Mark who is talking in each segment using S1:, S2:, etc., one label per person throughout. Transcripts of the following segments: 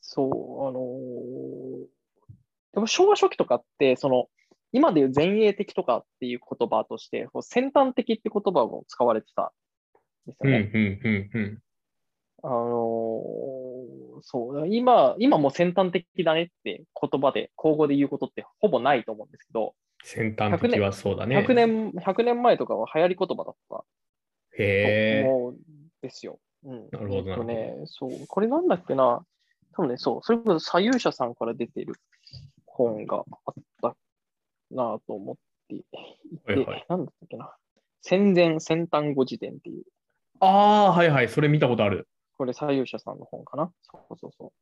S1: そう、あのーでも昭和初期とかって、その、今でいう前衛的とかっていう言葉として、こう先端的って言葉も使われてたんです
S2: う
S1: よ
S2: ん
S1: ね。
S2: うんうん
S1: あのーそう、今、今もう先端的だねって言葉で、口語で言うことってほぼないと思うんですけど、
S2: 先端的はそうだね。
S1: 100年、100年前とかは流行り言葉だった
S2: へ
S1: と
S2: え。
S1: 思うんですよ。うん、
S2: なるほど
S1: えっと
S2: な
S1: ね、そう、これなんだっけな、多分ね、そう、それこそ左右者さんから出てる本があったなぁと思っていて、
S2: はいはい
S1: なんだったっけな、戦前先端語辞典っていう、
S2: ああ、はいはい、それ見たことある。
S1: これ左右者さんの本かな、そうそうそう、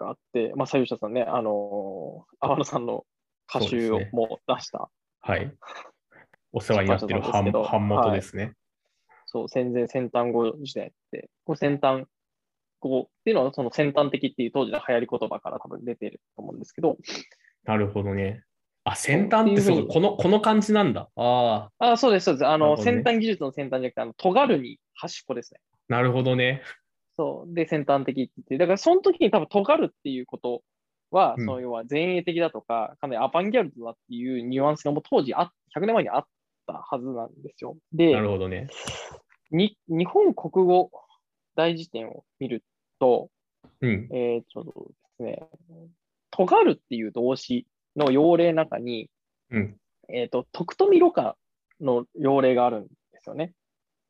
S1: があって、まあ、左右者さんね、あのー、阿波野さんの歌集を
S2: そうですね
S1: もう出した、
S2: はい。お世話になってる
S1: 出版社さんですけ
S2: 版
S1: ど
S2: 版元ですね。
S1: そう、戦前先端語時代って、こう先端語っていうのはその先端的っていう当時の流行り言葉から多分出てると思うんですけど、
S2: なるほどね。あ、先端って
S1: そ
S2: そううか、この、この感じなんだ。ああ、
S1: あそうです、そうです。あ
S2: なる
S1: の、
S2: ほどね
S1: 先端技術の先端じゃなくて、あの、尖るに端っこですね。
S2: なるほどね。
S1: そう。で、先端的って言って、だからその時に多分尖るっていうことは、
S2: うん
S1: その要は前衛的だとか、かなりアバンギャルドだっていうニュアンスがもう当時あ、100年前にあったはずなんですよ。で
S2: な、るほどね。
S1: に日本国語大辞典を見ると、
S2: うん。
S1: えー、ちょっとですね、尖るっていう動詞の用例の中に、
S2: うん。
S1: えっ、と、徳富ろ過の用例があるんですよね。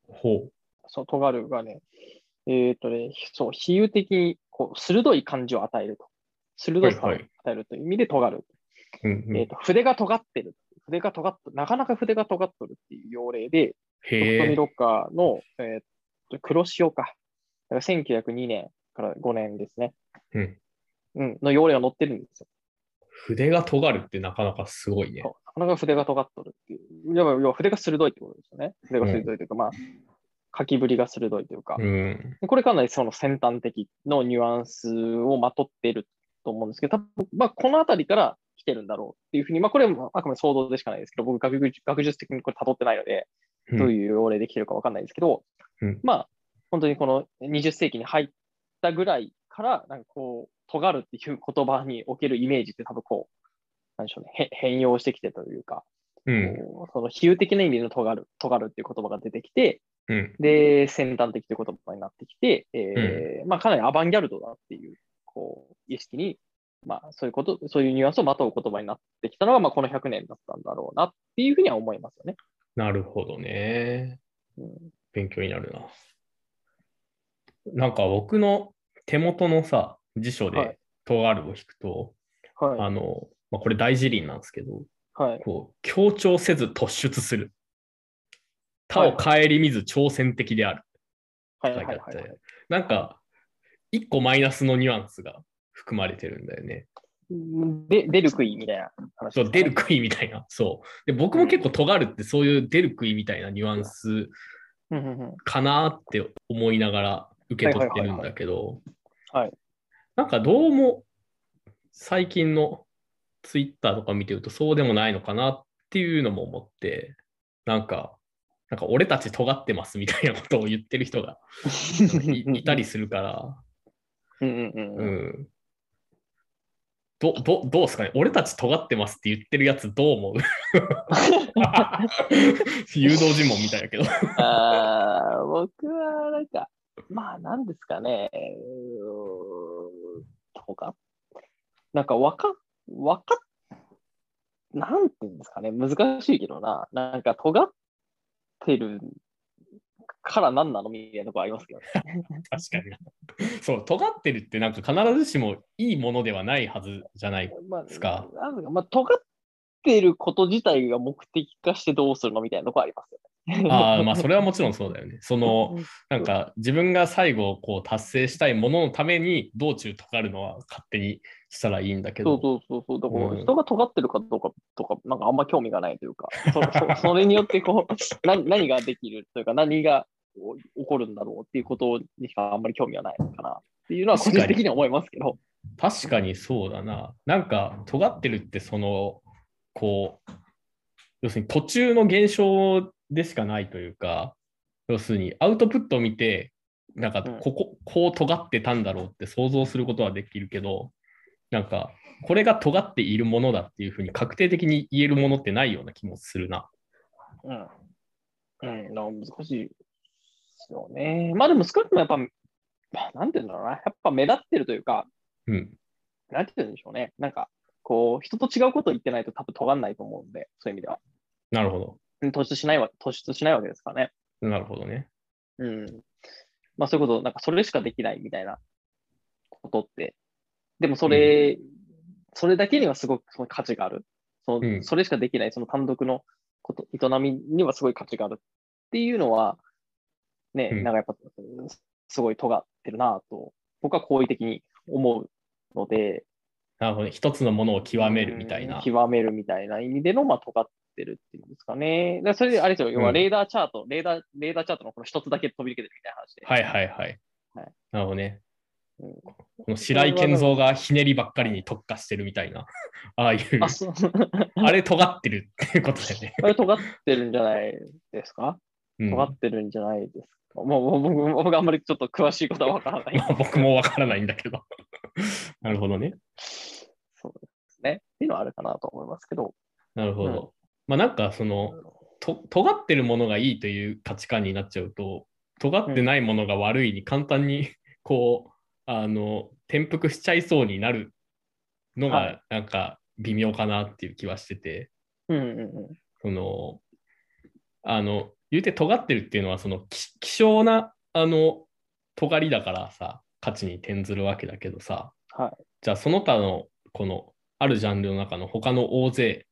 S2: ほう。
S1: その尖るがね、えっ、とね、そう、比喩的にこう鋭い感じを与えると。鋭い感
S2: は
S1: じ
S2: い
S1: を
S2: は
S1: 与えるという意味で尖る。
S2: うんうん
S1: えっ、と、筆が尖ってる。筆が尖っと、なかなか筆が尖っとるっていう用例で、徳
S2: へ
S1: 富
S2: え。
S1: ろ過の、えっ、と、黒潮か。だから1902年から5年ですね。
S2: うん。
S1: うん、の用例が載ってるんですよ。
S2: 筆が尖るってなかなかすごいね。
S1: そうなかなか筆が尖っとるっていう。やっぱ要は筆が鋭いってことですよね。筆が鋭いというか、まあ、書きぶりが鋭いというか、
S2: うん。
S1: これかなりその先端的のニュアンスをまとっていると思うんですけど、多分まあ、このあたりから来てるんだろうっていうふうに、まあ、これもあくまで想像でしかないですけど、僕学術、学術的にこれ辿ってないので、
S2: うん
S1: どういう用例できてるかわかんないですけど、
S2: うん
S1: まあ、本当にこの20世紀に入ったぐらいから、なんかこう、尖るっていう言葉におけるイメージって多分こう、なんでしょうね、へ変容してきてというか、
S2: うん。
S1: こうその比喩的な意味での尖る、尖るっていう言葉が出てきて、
S2: うん。
S1: で、先端的という言葉になってきて、えーまあ、かなりアバンギャルドだっていう、こう、意識に、まあ、そういうこと、そういうニュアンスをまとう言葉になってきたのが、まあ、この100年だったんだろうなっていうふうには思いますよね。
S2: なるほどね。
S1: うん
S2: 勉強になるな。なんか僕の手元のさ、辞書
S1: はい
S2: で、トガルを引くと、
S1: は
S2: あの、まあ、これ大辞林なんですけど、
S1: い。はい。
S2: こう、強調せず突出する。他を顧みず挑戦的である。
S1: はい。
S2: 書
S1: はいい。
S2: て
S1: は
S2: あ
S1: い
S2: っ。
S1: はい
S2: て、なんか、一個マイナスのニュアンスが含まれてるんだよね。
S1: で、出る杭みたいな話ですね、
S2: そう、出る杭みたいな。そう。で、僕も結構尖るって、そういう出る杭みたいなニュアンス
S1: うんうんうん。
S2: かなって思いながら受け取ってるんだけど、
S1: はいはいはいはい
S2: なんかどうも最近のツイッターとか見てるとそうでもないのかなっていうのも思って、なんか、なんか俺たち尖ってますみたいなことを言ってる 人が いいたりするから、
S1: うんうん
S2: う
S1: うん。
S2: ん。どどどうですかね俺たち尖ってますって言ってるやつど う 思う誘導尋問みたいだけど。
S1: あー僕はなんか、まあなんですかね、うーんとか、なんかわか、わか、なんていうんですかね、難しいけどな、なんか尖ってるから何なのみたいなとこありますけどね。
S2: 確かにな。 そう、尖ってるってなんか必ずしもいいものではないはずじゃない。
S1: まあ、
S2: ですか
S1: なんですかまあ、尖ってること自体が目的化してどうするのみたいなとこありますよね。
S2: ああ、まあそれはもちろんそうだよね。そ の、なんか自分が最後こう達成したいもののために道中尖るのは勝手にしたらいいんだけ
S1: そ
S2: ど。
S1: うそうそうそう、だか
S2: うん
S1: ら人が尖ってるかどうかとか、なんかあんま興味がないというか、 そそそれによってこう 何何ができるというか、何がこう起こるんだろうっていうことにしかあんまり興味がないかなっていうのは個
S2: 確かに
S1: 人的には思いますけど、
S2: 確かにそうだな。なんか尖ってるってその、こう、要するに途中の現象でしかないというか、要するにアウトプットを見て、なんか
S1: うん
S2: ここ、こう尖ってたんだろうって想像することはできるけど、なんか、これが尖っているものだっていうふうに確定的に言えるものってないような気もするな。
S1: うん。うん、な難しいですよね。まあでも少なくともやっぱ、なんていうんだろうな、やっぱ目立ってるというか、
S2: うん。
S1: なんて言うんでしょうね。なんか、こう、人と違うことを言ってないと多分尖んないと思うんで、そういう意味では。
S2: なるほど。
S1: うん突出しないわ突出しないわけですからね。
S2: なるほどね。
S1: うん。まあそういうこと、なんかそれしかできないみたいなことって。でもそれ、それだけにはすごくその価値がある。その
S2: うん
S1: それしかできない、その単独のこと、営みにはすごい価値があるっていうのは、ね、
S2: うん
S1: なんかやっぱ、すごい尖ってるなと、僕は好意的に思うので、
S2: なるほどね。一つのものを極めるみたい
S1: うん
S2: な。
S1: 極めるみたいな意味での、まあ、尖ってるっていうんですかね。でそれで、あれですよ、要はレーダーチャート、レーダー、レーダーチャートのこの一つだけ飛び抜けてるみたいな話で。
S2: はいはいはい。
S1: はい
S2: なるほどね。
S1: うん
S2: この白井健三がひねりばっかりに特化してるみ たいな。ああいう、
S1: あ、 そう。
S2: あれ尖ってるっていうことだよね。
S1: あれ尖ってるんじゃないですか
S2: うん
S1: 尖ってるんじゃないですか、もう僕僕僕あんまりちょっと詳しいことはわからない
S2: まあ僕もわからないんだけど。 なるほどね。
S1: そうですね。っていうのはあるかなと思いますけど。
S2: なるほ
S1: うん
S2: ど。まあなんかその、と尖ってるものがいいという価値観になっちゃうと、尖ってないものが悪いに簡単に こう、あの、転覆しちゃいそうになるの
S1: は
S2: がなんか微妙かなっていう気はしてて。
S1: うんうん
S2: そのあの言うて尖ってるっていうのはそのき希少なあの尖りだからさ価値に転ずるわけだけどさ、
S1: は
S2: じゃあその他のこのあるジャンルの中の他の大勢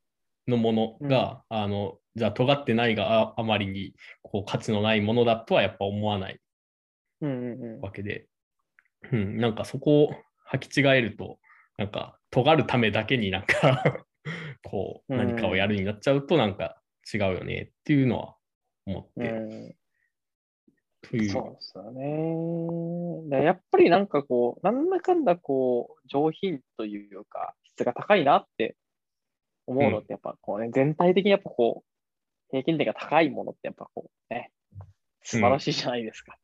S2: のものが、あのじゃあ尖ってないがああまりにこう価値のないものだとはやっぱ思わない
S1: うん。うんうんうん
S2: わけで、うん、なんかそこを履き違えるとなんか尖るためだけになんか こう
S1: うん
S2: 何かをやるになっちゃうとなんか違うよねっていうのは思って、
S1: うん
S2: という
S1: そうですよね。だやっぱりなんかこう、なんだかんだこう、上品というか、質が高いなって思うのって、やっぱこうね、全体的にやっぱこう、平均点が高いものってやっぱこうね、素晴らしいじゃないですか。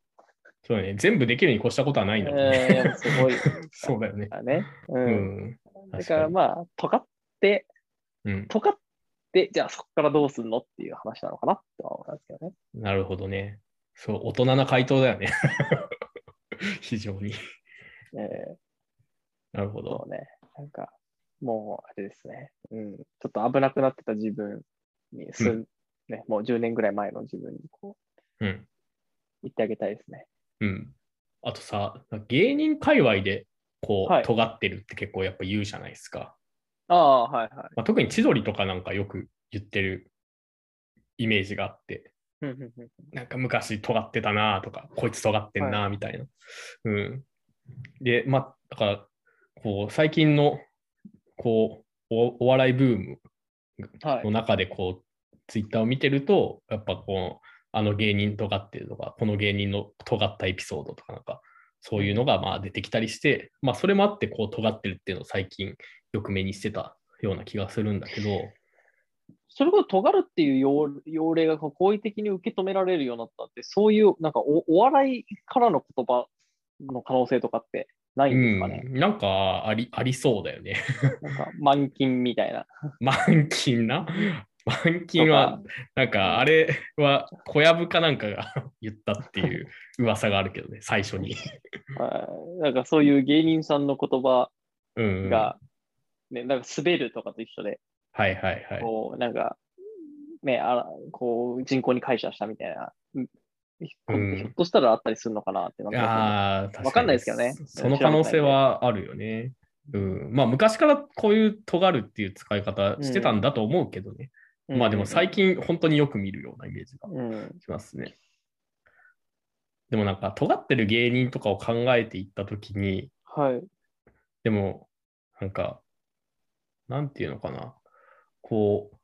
S2: そうだね全部できるに越したことはないんだもんね、
S1: えーすごい。
S2: そうだよね
S1: だね。う。
S2: うんん
S1: だから
S2: 確かに
S1: まあ、尖って、
S2: うん
S1: 尖って、じゃあそこからどうすんのっていう話なのかなって思いますけどね。
S2: なるほどねそう大人な回答だよね 非常に
S1: えー
S2: なるほ
S1: そ
S2: ど
S1: うね。なんか、もうあれですね。うん。ちょっと危なくなってた自分に、すん
S2: う
S1: ね、もう10年ぐらい前の自分にこう
S2: うん
S1: 言ってあげたいですね。
S2: うん。あとさ、芸人界隈でこう、
S1: はい
S2: 尖ってるって結構やっぱ言うじゃないですか。
S1: ああ、はいはい。
S2: まあ、特に千鳥とかなんかよく言ってるイメージがあって、
S1: うんうんうん
S2: なんか昔尖ってたなとか、こいつ尖ってんなみたいな。うん。で、まあ、だから、こう、最近の、こう、おお笑いブーム
S1: はい
S2: の。中でこう、ツイッターを見てると、やっぱこう、あの芸人尖ってるとか、この芸人の尖ったエピソードとかなんか、そういうのがまあ出てきたりして、まあそれもあってこう尖ってるっていうのを最近よく目にしてたような気がするんだけど、
S1: それこそ尖るっていう要要領がこう好意的に受け止められるようになったって、そういうなんかおお笑いからの言葉の可能性とかってないんですかね、
S2: うん、なんかありありそうだよね。
S1: なんか満金みたいな。
S2: 満金な 満金は、なんかあれは小籔かなんかが 言ったっていう噂があるけどね、最初 に。
S1: とかあーなんかそういう芸人さんの言葉
S2: うん。は
S1: が、ね、なんか滑るとかと一緒で、
S2: いはいはい。
S1: こう、なんか、ね、あらこう人口に感謝したみたいな、うんひ
S2: うん
S1: ひょっとしたらあったりするのかなってなんとなく
S2: ああ、
S1: わかんないですけどね
S2: 確かにそその可能性はあるよね。うん、まあ昔からこういう尖るっていう使い方してたんだと思うけどね。
S1: うん
S2: まあでも最近本当によく見るようなイメージが
S1: うん、
S2: しますね。でもなんか尖ってる芸人とかを考えていったときに、
S1: はい。
S2: でもなんか、なんていうのかな。こう、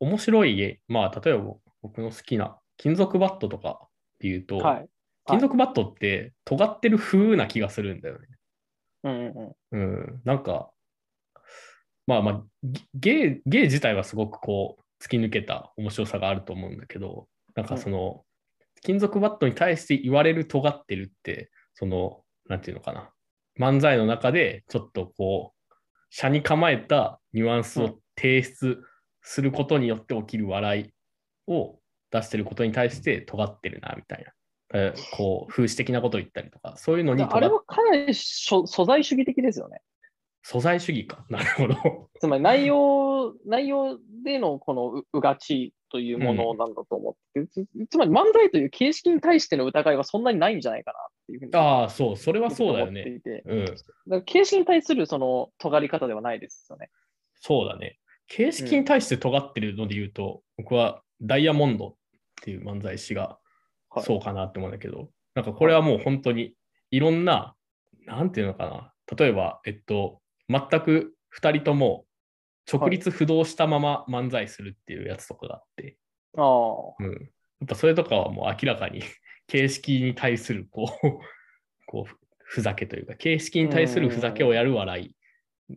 S2: 面白い芸、まあ例えば僕の好きな金属バットとかっていうと、
S1: はい。
S2: 金属バットって尖ってる風な気がするんだよね。
S1: うんうんうん
S2: うん、なんか、まあまあ、芸芸自体はすごくこう、突き抜けた面白さがあると思うんだけど、なんかその、金属バットに対して言われる尖ってるって、その、なんていうのかな。漫才の中で、ちょっとこう、社に構えたニュアンス
S1: う
S2: を
S1: ん
S2: 提出することによって起きる笑いを出してることに対して尖ってるな、みたいな。えーこう、風刺的なことを言ったりとか、そういうのに
S1: あれ
S2: 尖っ
S1: はかなりしょ素材主義的ですよね。
S2: 素材主義か。なるほど。
S1: つまり内容、内容でのこのううがちというものなんだと思って、つつまり漫才という形式に対しての疑いはそんなにないんじゃないかなっていうふうに。
S2: ああ、そう、それはそうだよ
S1: 思っ
S2: ね。
S1: ていて。
S2: うん。
S1: だから形式に対するその尖り方ではないですよね。
S2: そうだね。形式に対して尖ってるので言うと、僕はダイヤモンドっていう漫才師が
S1: はい
S2: そうかなって思うんだけど、なんかこれはもう本当にいろんな、なんていうのかな、例えば、えっと、全く2人とも直立不動したまま漫才するっていうやつとかがあって、
S1: ああ。
S2: うん、やっぱそれとかはもう明らかに 形式に対するこう、こうふふざけというか、形式に対するふざけをやる笑い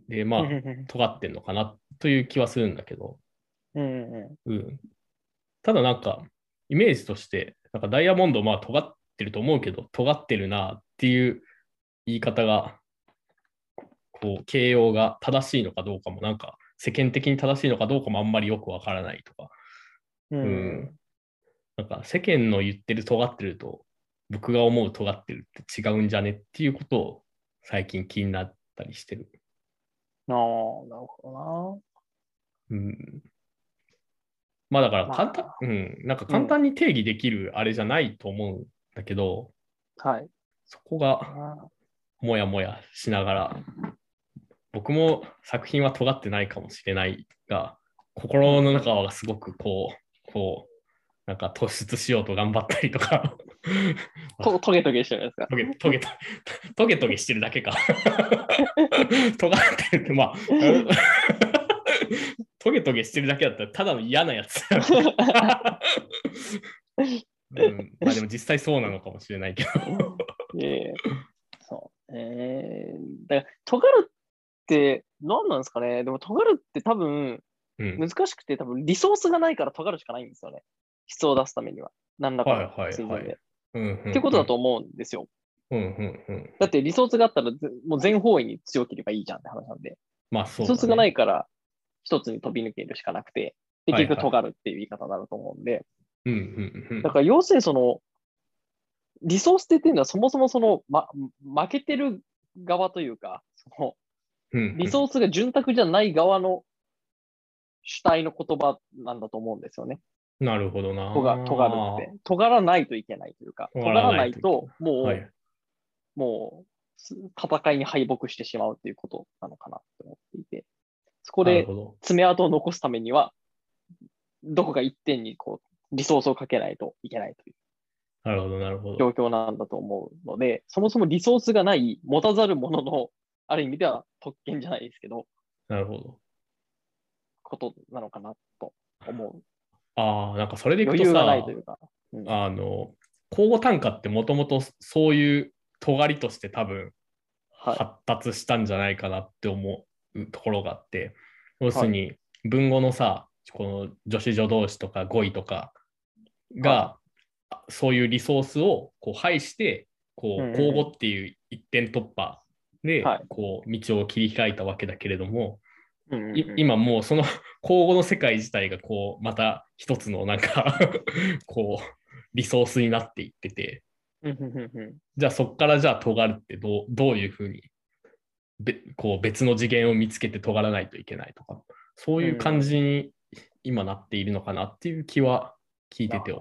S2: で、まあ、尖ってんのかなという気はするんだけど、
S1: うんう
S2: うん、ただなんかイメージとしてなんかダイヤモンドまあ尖ってると思うけど尖ってるなっていう言い方がこう形容が正しいのかどうかもなんか世間的に正しいのかどうかもあんまりよくわからないとか、
S1: んう。
S2: うんん、なんか世間の言ってる尖ってると僕が思う尖ってるって違うんじゃねっていうことを最近気になったりしてる。
S1: ああ、なるほ
S2: うんまあだから
S1: まあ
S2: 簡単、うん、なんか簡単に定義できるあれじゃないと思うんだけど、
S1: どな。はい。
S2: そこが
S1: あ
S2: もやもやしながら、僕も作品は尖ってないかもしれないが、心の中はすごくこう、こう、なんか突出しようと頑張ったりとか、
S1: ーとトゲトゲしてるやつか。
S2: トゲトゲトゲトゲトゲしてるだけか。 尖ってるって、まあ、 トゲトゲしてるだけだったらただの嫌なやつだよね うん、まあでも実際そうなのかもしれないけど。
S1: ええそう。ええだから、尖るって何なんですかねでも、尖るって多分、
S2: うん、
S1: 難しくて、多分、リソースがないから尖るしかないんですよね。質を出すためには。何らか
S2: はい
S1: の
S2: はい
S1: 水準で。
S2: はい。うんうんうん
S1: ってことだと。思うんですよ。
S2: うんうんうん、
S1: だって、リソースがあったら、ぜもう全方位に強ければいいじゃんって話なんで。
S2: まあそう
S1: リ
S2: だ、
S1: ソ
S2: ね。
S1: ースがないから、一つに飛び抜けるしかなくて、で、
S2: はいはい
S1: 結局尖るっていう言い方になると思うんで。
S2: うんうんうん
S1: だから要するにその、リソースってっていうのはそもそもその、ま、負けてる側というか、その
S2: うんうん
S1: リソースが潤沢じゃない側の主体の言葉なんだと思うんですよね。
S2: なるほどな。
S1: とが尖るって。尖らないといけないというか、尖
S2: 尖
S1: ら
S2: ら
S1: な
S2: ないい
S1: と
S2: と、
S1: もう、
S2: はい。
S1: もうす、戦いに敗北してしまうということなのかなと思っていて、そこ
S2: な
S1: で
S2: るほど。
S1: 爪痕を残すためには、どこか一点にこう、リソースをかけないといけないという。
S2: なるほど、なるほど。
S1: 状況なんだと思うので、そもそもリソースがない、持たざる者の、ある意味では特権じゃないですけど、
S2: なるほど。
S1: ことなのかなと思
S2: ああ、なんかそれ
S1: う。
S2: でいく
S1: 余
S2: と
S1: 裕が
S2: さ、
S1: ないというか。うん
S2: あの、口語単価ってもともとそういう尖りとして多分
S1: はい。
S2: 発達したんじゃないかなって思うところがあって、要するに文語のさ、この女子助動詞とか語彙とかが、そういうリソースをこう排して、こ
S1: うんうん
S2: う、口語っていう一点突破で
S1: はい、
S2: こう、道を切り開いたわけだけれども、
S1: うんうんうん
S2: い今もうその 口語の世界自体がこうまた一つのなんか こうリソースになっていってて
S1: うんうんうんうん
S2: じゃあそこからじゃあ尖るってどうどういうふうにべこう別の次元を見つけて尖らないといけないとかそういう感じに今なっているのかなっていう気は聞いてて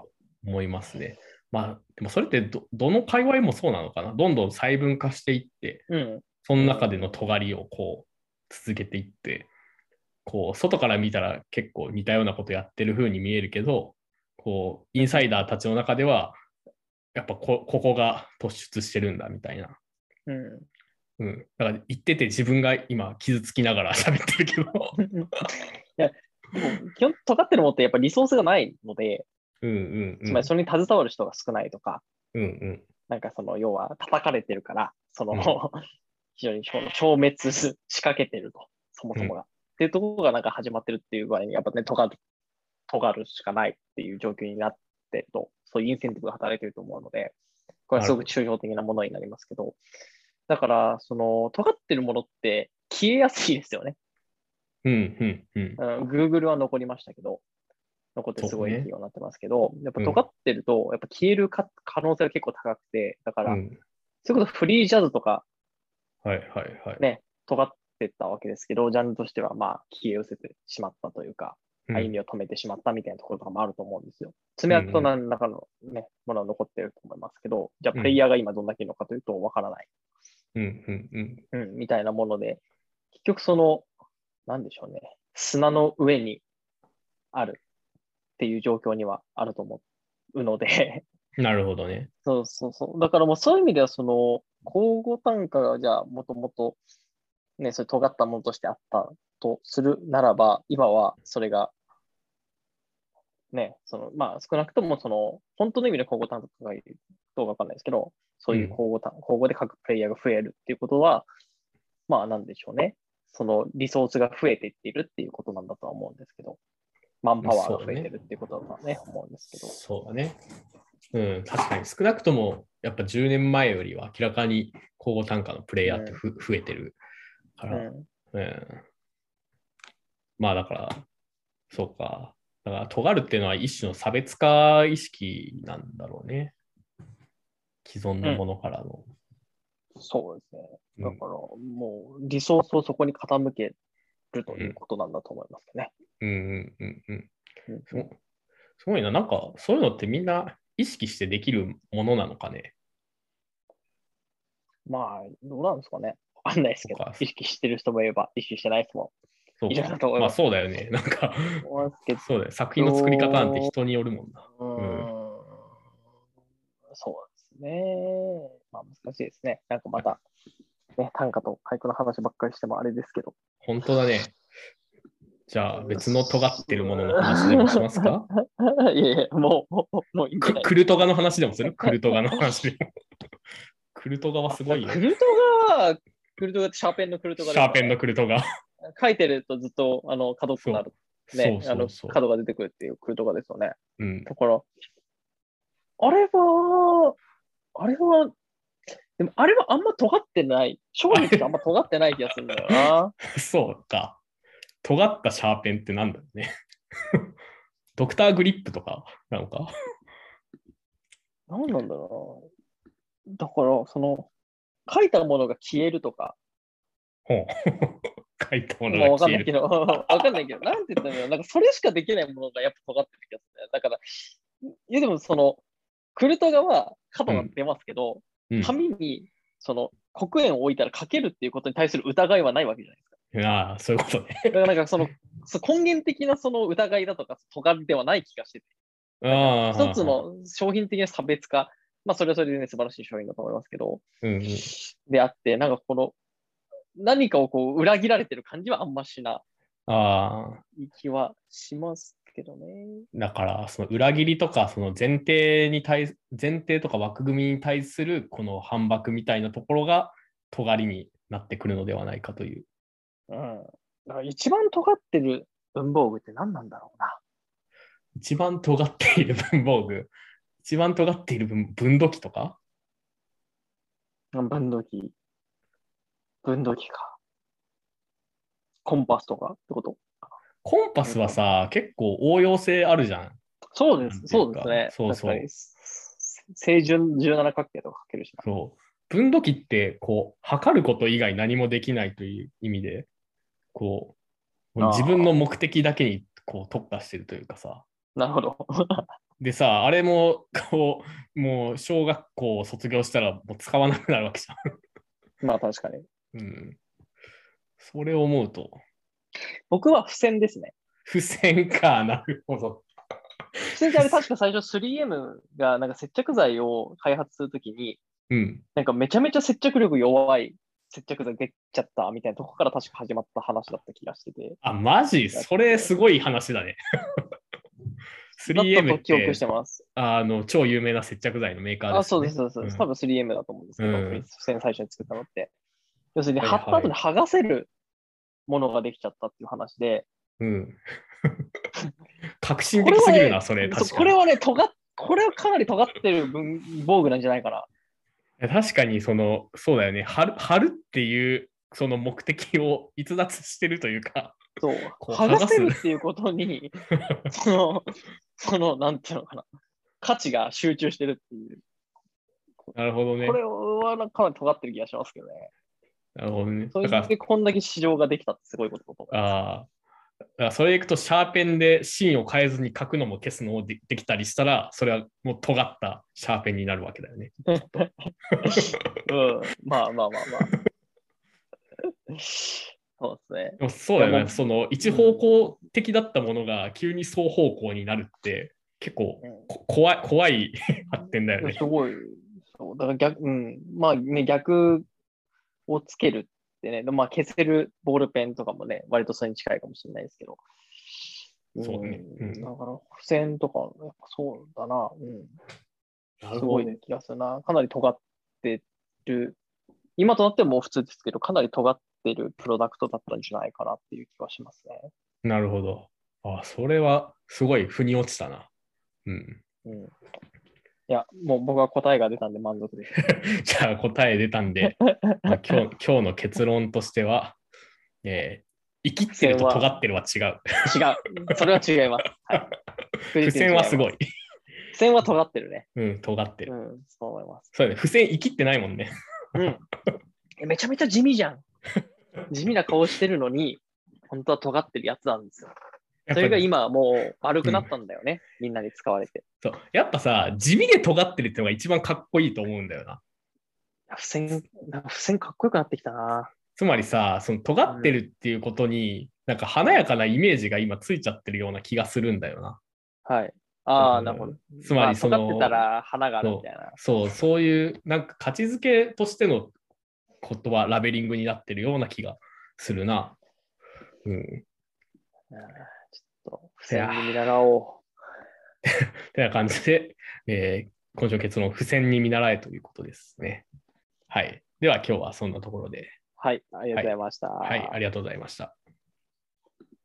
S2: 思いますね。まあでもそれってどどの界隈もそうなのかなどんどん細分化していって
S1: うん
S2: その中での尖りをこう続けていって、こう外から見たら結構似たようなことやってる風に見えるけど、こうインサイダーたちの中では、やっぱこここが突出してるんだみたいな。
S1: うん
S2: うん、だから言ってて自分が今傷つきながら 喋ってるけど、
S1: いやでも基本、尖ってるもってやっぱりリソースがないので、
S2: うんうんう
S1: つ
S2: ん。
S1: まりそれに携わる人が少ないとか、
S2: うんうん。
S1: なんかその要は叩かれてるから、その、
S2: うん
S1: 非常にこの消滅し仕掛けてると、そもそもが。っていうところがなんか始まってるっていう場合に、やっぱね、尖る、尖るしかないっていう状況になってるとそういうインセンティブが働いてると思うので、これはすご
S2: な
S1: く抽象的なものになりますけど、だから、その、尖ってるものって消えやすいですよね。
S2: うんうんうん
S1: うん、Google は残りましたけど、残ってすごい企業になってますけど、やっぱ
S2: うん
S1: 尖ってると、やっぱ消えるか可能性が結構高くて、だか
S2: う
S1: ら、
S2: ん。
S1: それこそフリージャズとか
S2: はいはいはい。
S1: ね尖ってったわけですけど、ジャンルとしてはまあ消え失せてしまったというか、
S2: うん
S1: 歩みを止めてしまったみたいなところとかもあると思うんですよ。爪痕と何らかの、ねものは残ってると思いますけど、じゃ
S2: う
S1: あ
S2: ん
S1: プレイヤーが今どんだけいるのかというとわからない、
S2: うんうんうん。
S1: うん、みたいなもので、結局その、なんでしょうね、砂の上にあるっていう状況にはあると思うので、
S2: なるほどね。
S1: そうそうそう。だからもうそういう意味では、その、交互単価がじゃあ、もともと、ね、それ尖ったものとしてあったとするならば、今はそれが、ね、その、まあ少なくともその、本当の意味で交互単価がいるどうかわかんないですけど、そういう交互単、交互で各プレイヤーが増えるっていうことは、まあなんでしょうね。そのリソースが増えていっているっていうことなんだとは思うんですけど、マンパワーが増えてるっていうことだとはね、思うんですけど。
S2: そうだね。うん、確かに少なくともやっぱ10年前よりは明らかに交互単価のプレイヤーってふ、増えてるから、うん
S1: うん
S2: まあだから、そうか。だから、尖るっていうのは一種の差別化意識なんだろうね。既存のものからの。
S1: そうですね。
S2: うん
S1: だから、もう、リソースをそこに傾けるということなんだと思いますけどね。
S2: うんうんうんうん。
S1: うん
S2: すごすごいな。なんか、そういうのってみんな意識してできるものなのかね。
S1: まあ、どうなんですかね。わかんないですけ
S2: そ
S1: ど
S2: うか、
S1: 意識してる人もいれば、意識してない人も
S2: そう
S1: いる
S2: か。
S1: なと思い
S2: まあ、
S1: ます。
S2: そうだよね。なんか、
S1: 思いますけど
S2: そうだよ。作品の作り方なんて人によるもんな。
S1: うーん、そうですね。まあ、難しいですね。なんかまた、ね、短歌と俳句の話ばっかりしてもあれですけど。
S2: 本当だね。じゃあ、別の尖ってるものの話でも しますか
S1: いやいや、もう、もう、もういいんじゃ
S2: く
S1: ない
S2: クルトガの話でもするクルトガの話でも。 クルトガはすごいよ。
S1: ク
S2: シ
S1: ルトガー、クルトガーってシャーペンのクルトガーです
S2: ャ
S1: よ
S2: ー
S1: ね
S2: ペンのクルトガ。
S1: 書いてるとずっとあの角っこになる、
S2: そ
S1: ね
S2: う
S1: あ
S2: そ
S1: の
S2: うそう。
S1: 角が出てくるっていうクルトガですよね。
S2: うん、
S1: だから、あれは、あれは、でもあれはあんま尖ってない。正直言ってあんま尖ってない気がするんだよ な。
S2: そうか。尖ったシャーペンってなんだろうね。 ドクターグリップとかなのか。
S1: 何なんだろうな。だから、その、書いたものが消えるとか、
S2: ほう 書いたもの
S1: まあ
S2: が
S1: わかん
S2: 消
S1: な
S2: え
S1: いけ
S2: る。
S1: ど、 わかんないけど、なんて言ったらいいのなんかそれしかできないものがやっぱ尖ってる気がするんだよ。だから、いやでもその、クルトガは角が出ますけど、
S2: うん
S1: 紙にその黒鉛を置いたら書けるっていうことに対する疑いはないわけじゃないですか。
S2: ああ、そういうことね。
S1: だからなんかそのそう根源的なその疑いだとか、尖りではない気がしてて、
S2: ああ
S1: 一つ、の商品的な差別化、まあそれはそれでね、素晴らしい商品だと思いますけど、
S2: うんうん
S1: であって、なんかこの、何かをこう裏切られてる感じはあんましな
S2: ああ、
S1: い気はしますけどね。
S2: だから、その裏切りとか、その前提に対す、前提とか枠組みに対する、この反駁みたいなところが、尖りになってくるのではないかという。
S1: うん。だから一番尖ってる文房具って何なんだろうな。
S2: 一番尖っている文房具、一番尖っている文文土器とか、
S1: 分度器。分度器か。コンパスとかってこと
S2: コンパスはさ、結構応用性あるじゃん。
S1: そうです
S2: なんてい。
S1: そう
S2: うか
S1: ですね。
S2: そうそう
S1: 確かに。正準17角形とか書けるしな。
S2: そう。分度器って、こう、測ること以外何もできないという意味で、こう、
S1: あー
S2: 自分の目的だけに、こう、特化してるというかさ。
S1: なるほど。
S2: でさ、あれも、こう、もう小学校を卒業したらもう使わなくなるわけじゃ
S1: まあ確かに。
S2: ん。うん。それを思うと、
S1: 僕は付箋ですね。
S2: 付箋か、なるほど。
S1: 付箋 ってあれ確か最初 3M がなんか接着剤を開発するときに、
S2: うん。
S1: なんかめちゃめちゃ接着力弱い接着剤できちゃったみたいなとこから確か始まった話だった気がしてて。
S2: あ、マジそれすごい話だね。
S1: だった
S2: 3M
S1: と
S2: っ
S1: 記憶
S2: て
S1: してます。
S2: あの超有名な接着剤のメーカー
S1: あ、
S2: です
S1: そ
S2: よ
S1: う
S2: ね。
S1: です、そうですそうです。
S2: ん
S1: 多分 3M だと思うんですけど、
S2: うん
S1: 付箋最初に作ったのって。要するに
S2: はいは
S1: 貼
S2: い
S1: った後に剥がせるものができちゃったっていう話で、
S2: うん。革新的すぎるな、それ、
S1: そう
S2: 確か
S1: これ
S2: に。
S1: はね、尖っこれはかなり尖ってる文防具なんじゃないかな。
S2: 確かにそのそうだよね春春っていうその目的を逸脱してるというか
S1: そう、
S2: こう
S1: 剥がせ
S2: 剥
S1: る
S2: が
S1: っていうことに、その、その、なんていうのかな、価値が集中してるっていう。
S2: なるほどね
S1: これはなんかかなり尖ってる気がしますけどね。
S2: なるほどね
S1: そ
S2: だか
S1: れでこんだけ市場ができたってすごいことだと思う
S2: らあーだからそれでいくとシャーペンでシーンを変えずに書くのも消すのもでできたりしたらそれはもう尖ったシャーペンになるわけだよね。
S1: うん、まあまあまあまあ。 そうですね。
S2: でもそうだよ
S1: いや
S2: ね
S1: もう
S2: その一方向的だったものが急に双方向になるって結構こ怖い怖い発展だよ
S1: うん、
S2: ね
S1: す。ごい、そう、だから逆、うん、まあね、逆をつけるってね、まあ消せるボールペンとかもね、割とそれに近いかもしれないですけど。
S2: そうねうん
S1: だから、付箋とか、やっぱそうだな、
S2: な
S1: うん、
S2: る
S1: す
S2: ほ
S1: ご
S2: どね
S1: い気がするな。かなり尖ってる、今となってはもう普通ですけど、かなり尖ってるプロダクトだったんじゃないかなっていう気はしますね。
S2: なるほど。あ、それはすごい腑に落ちたな。うん。
S1: うんいや、もう僕は答えが出たんで満足です。
S2: じゃあ答え出たんで、まあ、 今日今日の結論としては、えー、生きってると尖ってるは違う。
S1: 違う。それは違います。 はい、
S2: 付箋はすご
S1: い。
S2: い。
S1: 付箋は尖ってるね。
S2: うん、尖って
S1: う
S2: る。
S1: ん、そう思います。
S2: そうだね、付箋生きってないもんね。
S1: うん。えめちゃめちゃ地味じ ゃん。地味な顔してるのに、本当は尖ってるやつなんですよ。
S2: やっ
S1: そ
S2: ぱ
S1: れが
S2: り
S1: 今はもう悪くなったんだよね。みんなに使われて。
S2: そうやっぱさ、地味で尖ってるってのが一番かっこいいと思うんだよな。
S1: いや付箋、なんか付箋かっこよくなってきたな。
S2: つまりさ、その尖ってるっていうことに、なんか華やかなイメージが今ついちゃってるような気がするんだよな。
S1: はい。ああ、
S2: うん
S1: なるほど。
S2: つまりその
S1: あ尖ってたら花があるみたいな。
S2: そう、そういう、なんか価値づけとしてのことはラベリングになってるような気がするな。うん。
S1: うんちょっと、付箋に見習お
S2: てな感じで、 えー今週の結論、付箋に見習えということですね。はい。では今日はそんなところで、
S1: う。はい、ありがとうございました。
S2: はい、ありがとうございました。